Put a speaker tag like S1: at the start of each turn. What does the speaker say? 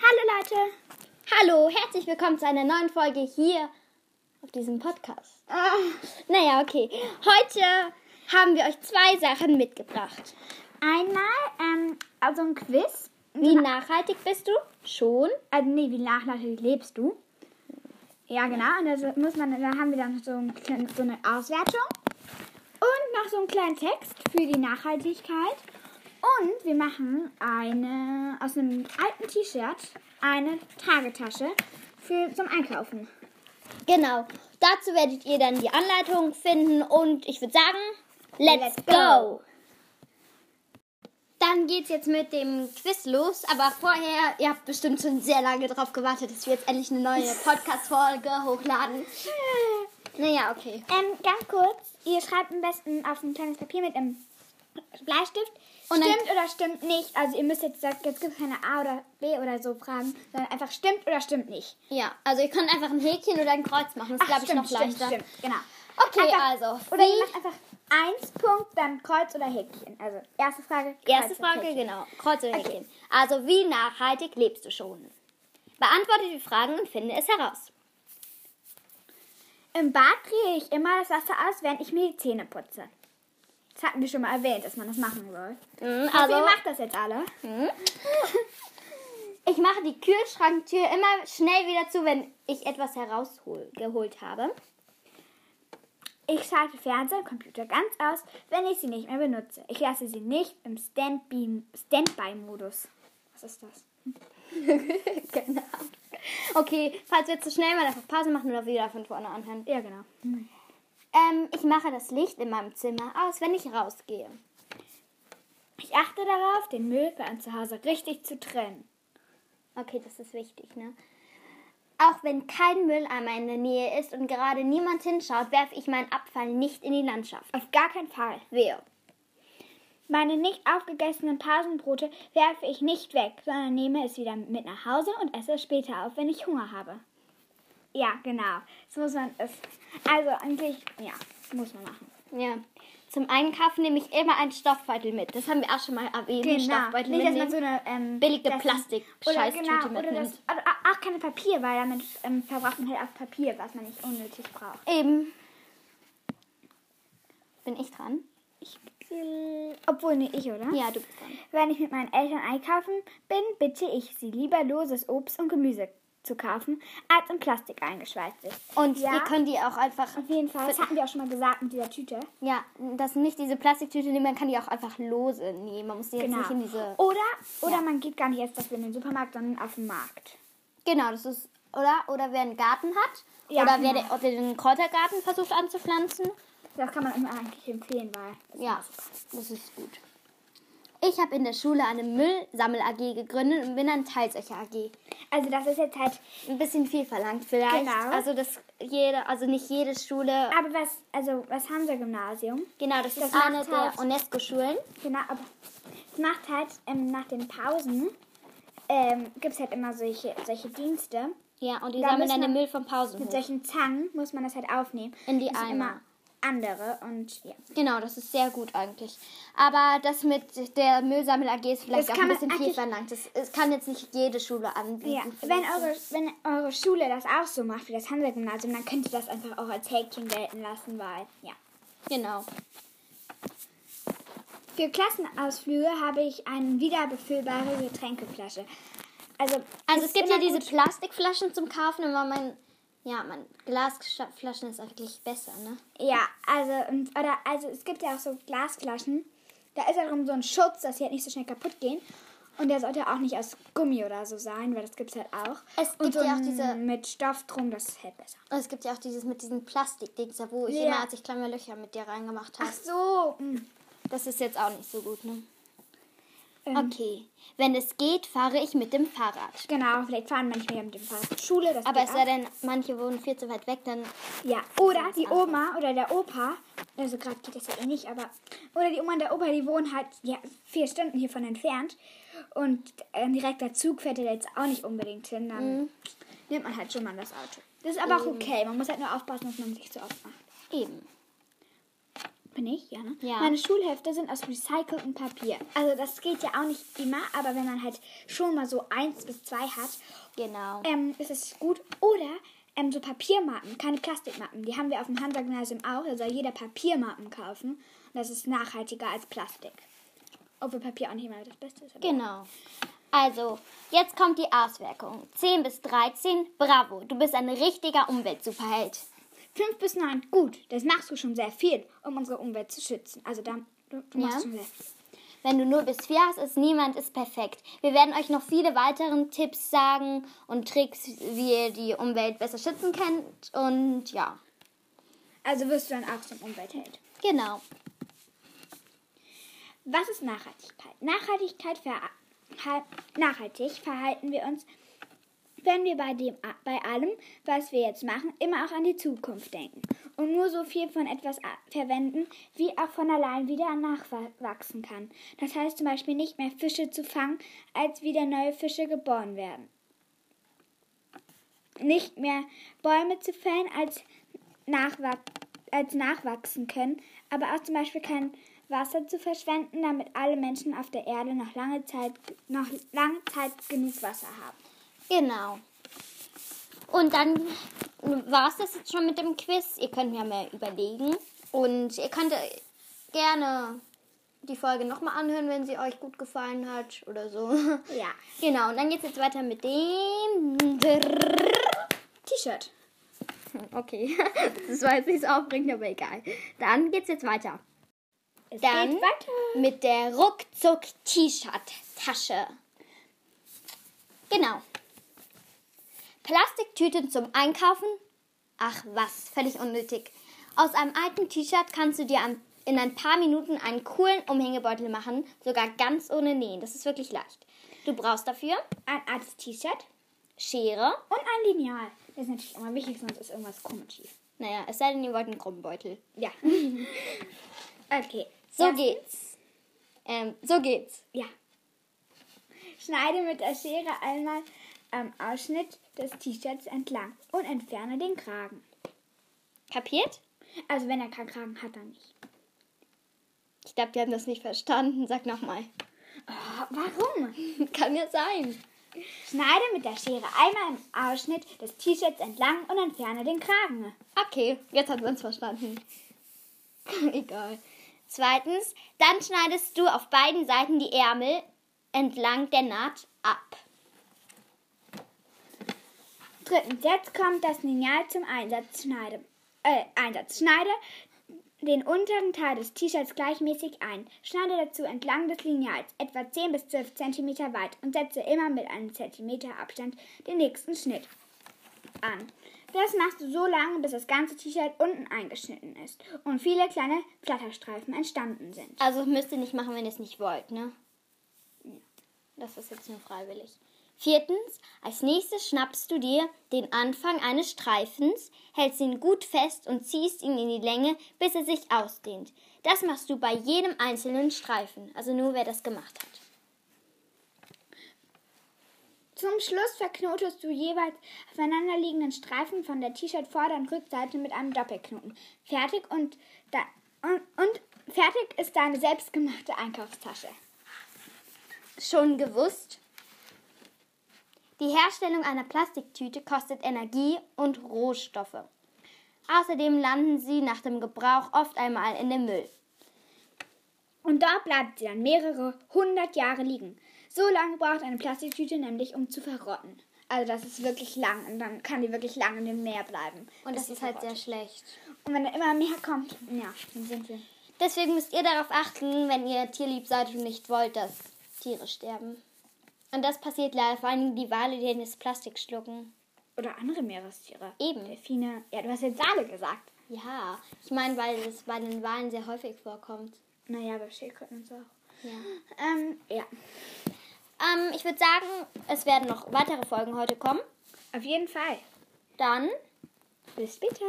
S1: Hallo Leute.
S2: Hallo, herzlich willkommen zu einer neuen Folge hier auf diesem Podcast.
S1: Ah.
S2: Naja, okay. Heute haben wir euch zwei Sachen mitgebracht.
S1: Einmal, ähm, also ein Quiz.
S2: Wie nachhaltig bist du? Schon.
S1: Also nee, wie nachhaltig lebst du? Ja, genau. Und da muss man, da haben wir dann so, ein, klein- so eine Auswertung. Und noch so einen kleinen Text für die Nachhaltigkeit. Und wir machen eine aus einem alten T-Shirt eine Tagetasche für zum Einkaufen.
S2: Genau. Dazu werdet ihr dann die Anleitung finden und ich würde sagen, let's,
S1: Let's
S2: go.
S1: go.
S2: Dann geht's jetzt mit dem Quiz los, aber vorher, ihr habt bestimmt schon sehr lange darauf gewartet, dass wir jetzt endlich eine neue Podcast-Folge hochladen. Naja, okay.
S1: Ähm, ganz kurz, ihr schreibt am besten auf ein kleines Papier mit einem Bleistift.
S2: Und dann-
S1: stimmt oder stimmt nicht. Also ihr müsst jetzt sagen, jetzt gibt es keine A oder B oder so Fragen, sondern einfach stimmt oder stimmt nicht.
S2: Ja, also ihr könnt einfach ein Häkchen oder ein Kreuz machen, das glaube ich noch leichter.
S1: genau.
S2: Okay,
S1: Einfach-
S2: also.
S1: Oder
S2: wie-
S1: ihr macht einfach eins Punkt, dann Kreuz oder Häkchen. Also erste Frage.
S2: Erste
S1: Kreuz oder
S2: Frage,
S1: Häkchen.
S2: genau. Kreuz oder
S1: Okay.
S2: Häkchen. Also, wie nachhaltig lebst du schon? Beantworte die Fragen und finde es heraus.
S1: Im Bad drehe ich immer das Wasser aus, während ich mir die Zähne putze. Das hatten wir schon mal erwähnt, dass man das machen soll.
S2: Mhm,
S1: Also,
S2: also,
S1: ihr macht das jetzt alle.
S2: ich mache die Kühlschranktür immer schnell wieder zu, wenn ich etwas herausgeholt habe.
S1: Ich schalte Fernseher und Computer ganz aus, wenn ich sie nicht mehr benutze. Ich lasse sie nicht im Standby- Standby-Modus. Was ist das?
S2: genau. Okay, falls wir zu schnell mal einfach Pause machen oder wieder von vorne anhören.
S1: Ja, genau.
S2: Ähm, ich mache das Licht in meinem Zimmer aus, wenn ich rausgehe.
S1: Ich achte darauf, den Müll bei uns zu Hause richtig zu trennen.
S2: Okay, das ist wichtig, ne? Auch wenn kein Mülleimer in der Nähe ist und gerade niemand hinschaut, werfe ich meinen Abfall nicht in die Landschaft.
S1: Auf gar keinen Fall.
S2: Wehe.
S1: Meine nicht aufgegessenen Pausenbrote werfe ich nicht weg, sondern nehme es wieder mit nach Hause und esse es später auf, wenn ich Hunger habe. Ja, genau. So muss man es. Also eigentlich, ja, muss man machen.
S2: Ja. Zum Einkaufen nehme ich immer einen Stoffbeutel mit. Genau. Das haben wir auch schon mal erwähnt. Stoffbeutel
S1: Genau. Nicht, dass man
S2: mitnehmen.
S1: so eine ähm,
S2: billige
S1: dass-
S2: Plastik-
S1: oder
S2: Scheißtüte
S1: genau, oder
S2: mitnimmt.
S1: das, oder auch- auch keine Papier, weil damit ähm, verbraucht man halt auch Papier, was man nicht unnötig braucht.
S2: Eben. Bin ich dran?
S1: Ich, will- obwohl nicht ich, oder?
S2: Ja, du bist dran.
S1: Wenn ich mit meinen Eltern einkaufen bin, bitte ich sie lieber loses Obst und Gemüse zu kaufen, als in Plastik eingeschweißt ist.
S2: Und
S1: Ja.
S2: ihr könnt die auch einfach.
S1: Auf jeden Fall, das hatten wir auch schon mal gesagt mit dieser Tüte.
S2: Ja, das sind nicht diese Plastiktüte nehmen, man kann die auch einfach lose nehmen. Man muss die jetzt nicht in diese.
S1: Genau. Oder, oder man geht gar nicht erst dafür in den Supermarkt, sondern auf den Markt.
S2: Genau, das ist. Oder, oder wer einen Garten hat.
S1: Ja,
S2: oder wer
S1: genau.
S2: den, ob ihr den Kräutergarten versucht anzupflanzen.
S1: Das kann man immer eigentlich empfehlen, weil
S2: Ja, das ist gut. Ich habe in der Schule eine Müllsammel-AG gegründet und bin dann Teil solcher AG.
S1: also das ist jetzt halt
S2: Ein bisschen viel verlangt vielleicht.
S1: Genau.
S2: Also dass jede, also nicht jede Schule.
S1: Aber was, also was haben sie Gymnasium?
S2: Genau, das,
S1: das
S2: ist eine
S1: macht
S2: der
S1: halt-
S2: UNESCO-Schulen.
S1: Genau, aber es macht halt ähm, nach den Pausen ähm, gibt es halt immer solche, solche Dienste.
S2: Ja, und die
S1: Da
S2: sammeln dann
S1: müssen
S2: den
S1: wir-
S2: Müll vom
S1: Mit
S2: Pausenhof.
S1: solchen Zangen muss man das halt aufnehmen.
S2: In die
S1: Das sind
S2: Eimer.
S1: immer andere und ja.
S2: Genau, das ist sehr gut eigentlich. Aber das mit der Müllsammel-AG ist vielleicht
S1: Das
S2: auch
S1: kann man
S2: ein bisschen viel
S1: eigentlich-
S2: verlangt. Das, das kann jetzt nicht jede Schule anbieten.
S1: ja. Wenn, eure, wenn eure Schule das auch so macht wie das Hansa-Gymnasium, dann könnt ihr das einfach auch als Häkchen gelten lassen, weil ja.
S2: Genau.
S1: Für Klassenausflüge habe ich eine wiederbefüllbare Getränkeflasche. Also,
S2: Also
S1: ist
S2: es gibt ja
S1: immer
S2: diese
S1: gut.
S2: Plastikflaschen zum Kaufen, aber mein, ja, mein Glasflaschen ist eigentlich besser, ne?
S1: Ja, also, und, oder, also es gibt ja auch so Glasflaschen. Da ist ja drum so ein Schutz, dass sie halt nicht so schnell kaputt gehen. Und der sollte auch nicht aus Gummi oder so sein, weil das gibt's halt auch.
S2: Es
S1: und
S2: gibt ja auch
S1: ein
S2: diese-
S1: mit Stoff drum, das hält besser.
S2: Und es gibt ja auch dieses mit diesen Plastikdings, da wo ich
S1: Ja.
S2: immer, als ich kleine Löcher mit dir reingemacht habe.
S1: so.
S2: Das ist jetzt auch nicht so gut, ne?
S1: Ähm.
S2: Okay. Wenn es geht, fahre ich mit dem Fahrrad.
S1: Genau, vielleicht fahren manche ja mit dem Fahrrad zur Schule. Das
S2: Aber
S1: geht
S2: es sei
S1: auch.
S2: denn, manche wohnen viel zu weit weg, dann.
S1: Ja, oder
S2: ist
S1: die
S2: anders.
S1: Oma oder der Opa. Also gerade geht das ja eh nicht, aber... Oder die Oma und der Opa, die wohnen halt ja, vier Stunden hiervon entfernt. Und ein direkter Zug fährt ja da jetzt auch nicht unbedingt hin. Dann
S2: Mhm.
S1: nimmt man halt schon mal das Auto. Das ist aber auch okay. Man muss halt nur aufpassen, dass man sich zu oft macht.
S2: Eben.
S1: bin ich, ja, ne?
S2: Ja.
S1: Meine Schulhefte sind aus recyceltem Papier. Also das geht ja auch nicht immer, aber wenn man halt schon mal so eins bis zwei hat,
S2: Genau.
S1: ähm, ist es gut. Oder ähm, so Papiermappen, keine Plastikmappen. Die haben wir auf dem Hansa-Gymnasium auch. Da soll jeder Papiermappen kaufen. Und das ist nachhaltiger als Plastik. Obwohl Papier auch nicht immer das Beste ist. aber-
S2: Genau. Also, jetzt kommt die Auswirkung. 10 bis 13, bravo, du bist ein richtiger Umweltsuperheld.
S1: 5 bis 9, gut, das machst du schon sehr viel, um unsere Umwelt zu schützen. Also da, du, du machst
S2: Ja.
S1: schon sehr viel.
S2: Wenn du nur bis 4 hast, ist niemand ist perfekt. Wir werden euch noch viele weitere Tipps sagen und Tricks, wie ihr die Umwelt besser schützen könnt. Und ja,
S1: Also wirst du dann auch zum Umweltheld.
S2: genau.
S1: Was ist Nachhaltigkeit? Nachhaltigkeit verha nachhaltig verhalten wir uns, wenn wir bei, dem, bei allem, was wir jetzt machen, immer auch an die Zukunft denken und nur so viel von etwas a- verwenden, wie auch von allein wieder nachwachsen kann. Das heißt zum Beispiel nicht mehr Fische zu fangen, als wieder neue Fische geboren werden. Nicht mehr Bäume zu fällen, als nachwach als nachwachsen können, aber auch zum Beispiel kein Wasser zu verschwenden, damit alle Menschen auf der Erde noch lange Zeit, noch lange Zeit genug Wasser haben.
S2: Genau. Und dann war es das jetzt schon mit dem Quiz. Ihr könnt mir mal überlegen. Und ihr könnt gerne die Folge nochmal anhören, wenn sie euch gut gefallen hat oder so.
S1: Ja.
S2: Genau, und dann geht's jetzt weiter mit dem.
S1: T-Shirt.
S2: Okay, das war jetzt nicht so aufregend, aber egal. Dann geht's jetzt weiter.
S1: Es
S2: Dann
S1: geht weiter.
S2: mit der Ruckzuck-T-Shirt-Tasche. Genau. Plastiktüten zum Einkaufen? Ach was, völlig unnötig. Aus einem alten T-Shirt kannst du dir am- in ein paar Minuten einen coolen Umhängebeutel machen, sogar ganz ohne Nähen. Das ist wirklich leicht. Du brauchst dafür
S1: Ein altes T-Shirt
S2: Schere.
S1: und ein Lineal. Das ist natürlich immer wichtig, sonst ist irgendwas komisch schief.
S2: Naja, es sei denn, ihr wollt einen krummen Beutel.
S1: Ja. okay.
S2: So
S1: Ja.
S2: geht's. Ähm, so geht's.
S1: Ja. Schneide mit der Schere einmal am Ausschnitt des T-Shirts entlang und entferne den Kragen.
S2: Kapiert?
S1: Also wenn er keinen Kragen hat, dann nicht.
S2: Ich glaube, die haben das nicht verstanden. Sag nochmal.
S1: Oh, warum?
S2: Kann ja sein.
S1: Schneide mit der Schere einmal im Ausschnitt des T-Shirts entlang und entferne den Kragen.
S2: Okay, jetzt hat man es verstanden. Egal. Zweitens, dann schneidest du auf beiden Seiten die Ärmel entlang der Naht ab.
S1: Drittens, jetzt kommt das Lineal zum Einsatz. Schneide, äh, Einsatz. Schneide den unteren Teil des T-Shirts gleichmäßig ein. Schneide dazu entlang des Lineals etwa 10 bis 12 cm weit und setze immer mit einem Zentimeter Abstand den nächsten Schnitt an. Das machst du so lange, bis das ganze T-Shirt unten eingeschnitten ist und viele kleine Flatterstreifen entstanden sind.
S2: Also müsst ihr nicht machen, wenn ihr es nicht wollt, ne? Das ist jetzt nur freiwillig. Viertens, als nächstes schnappst du dir den Anfang eines Streifens, hältst ihn gut fest und ziehst ihn in die Länge, bis er sich ausdehnt. Das machst du bei jedem einzelnen Streifen, also nur wer das gemacht hat.
S1: Zum Schluss verknotest du jeweils aufeinanderliegenden Streifen von der T-Shirt-Vorder- und Rückseite mit einem Doppelknoten. Fertig und, da, und, und fertig ist deine selbstgemachte Einkaufstasche.
S2: Schon gewusst? Die Herstellung einer Plastiktüte kostet Energie und Rohstoffe. Außerdem landen sie nach dem Gebrauch oft einmal in dem Müll.
S1: Und dort bleibt sie dann mehrere hundert Jahre liegen. So lange braucht eine Plastiktüte nämlich, um zu verrotten. Also das ist wirklich lang und dann kann die wirklich lange in dem Meer bleiben.
S2: Und das
S1: bis
S2: ist
S1: sie
S2: halt sehr
S1: verrottet.
S2: schlecht.
S1: Und wenn da immer mehr kommt, ja, dann sind wir.
S2: Deswegen müsst ihr darauf achten, wenn ihr tierlieb seid und nicht wollt, dass Tiere sterben. Und das passiert leider vor allem die Wale, die das Plastik schlucken.
S1: Oder andere Meerestiere.
S2: Eben.
S1: Delfine. Ja, du hast jetzt alle gesagt.
S2: Ja, ich meine, weil das bei den Walen sehr häufig vorkommt.
S1: Naja, bei Schildkröten und so auch.
S2: Ja.
S1: Ähm, ja.
S2: Ähm, ich würde sagen, es werden noch weitere Folgen heute kommen.
S1: Auf jeden Fall.
S2: Dann
S1: Bis später.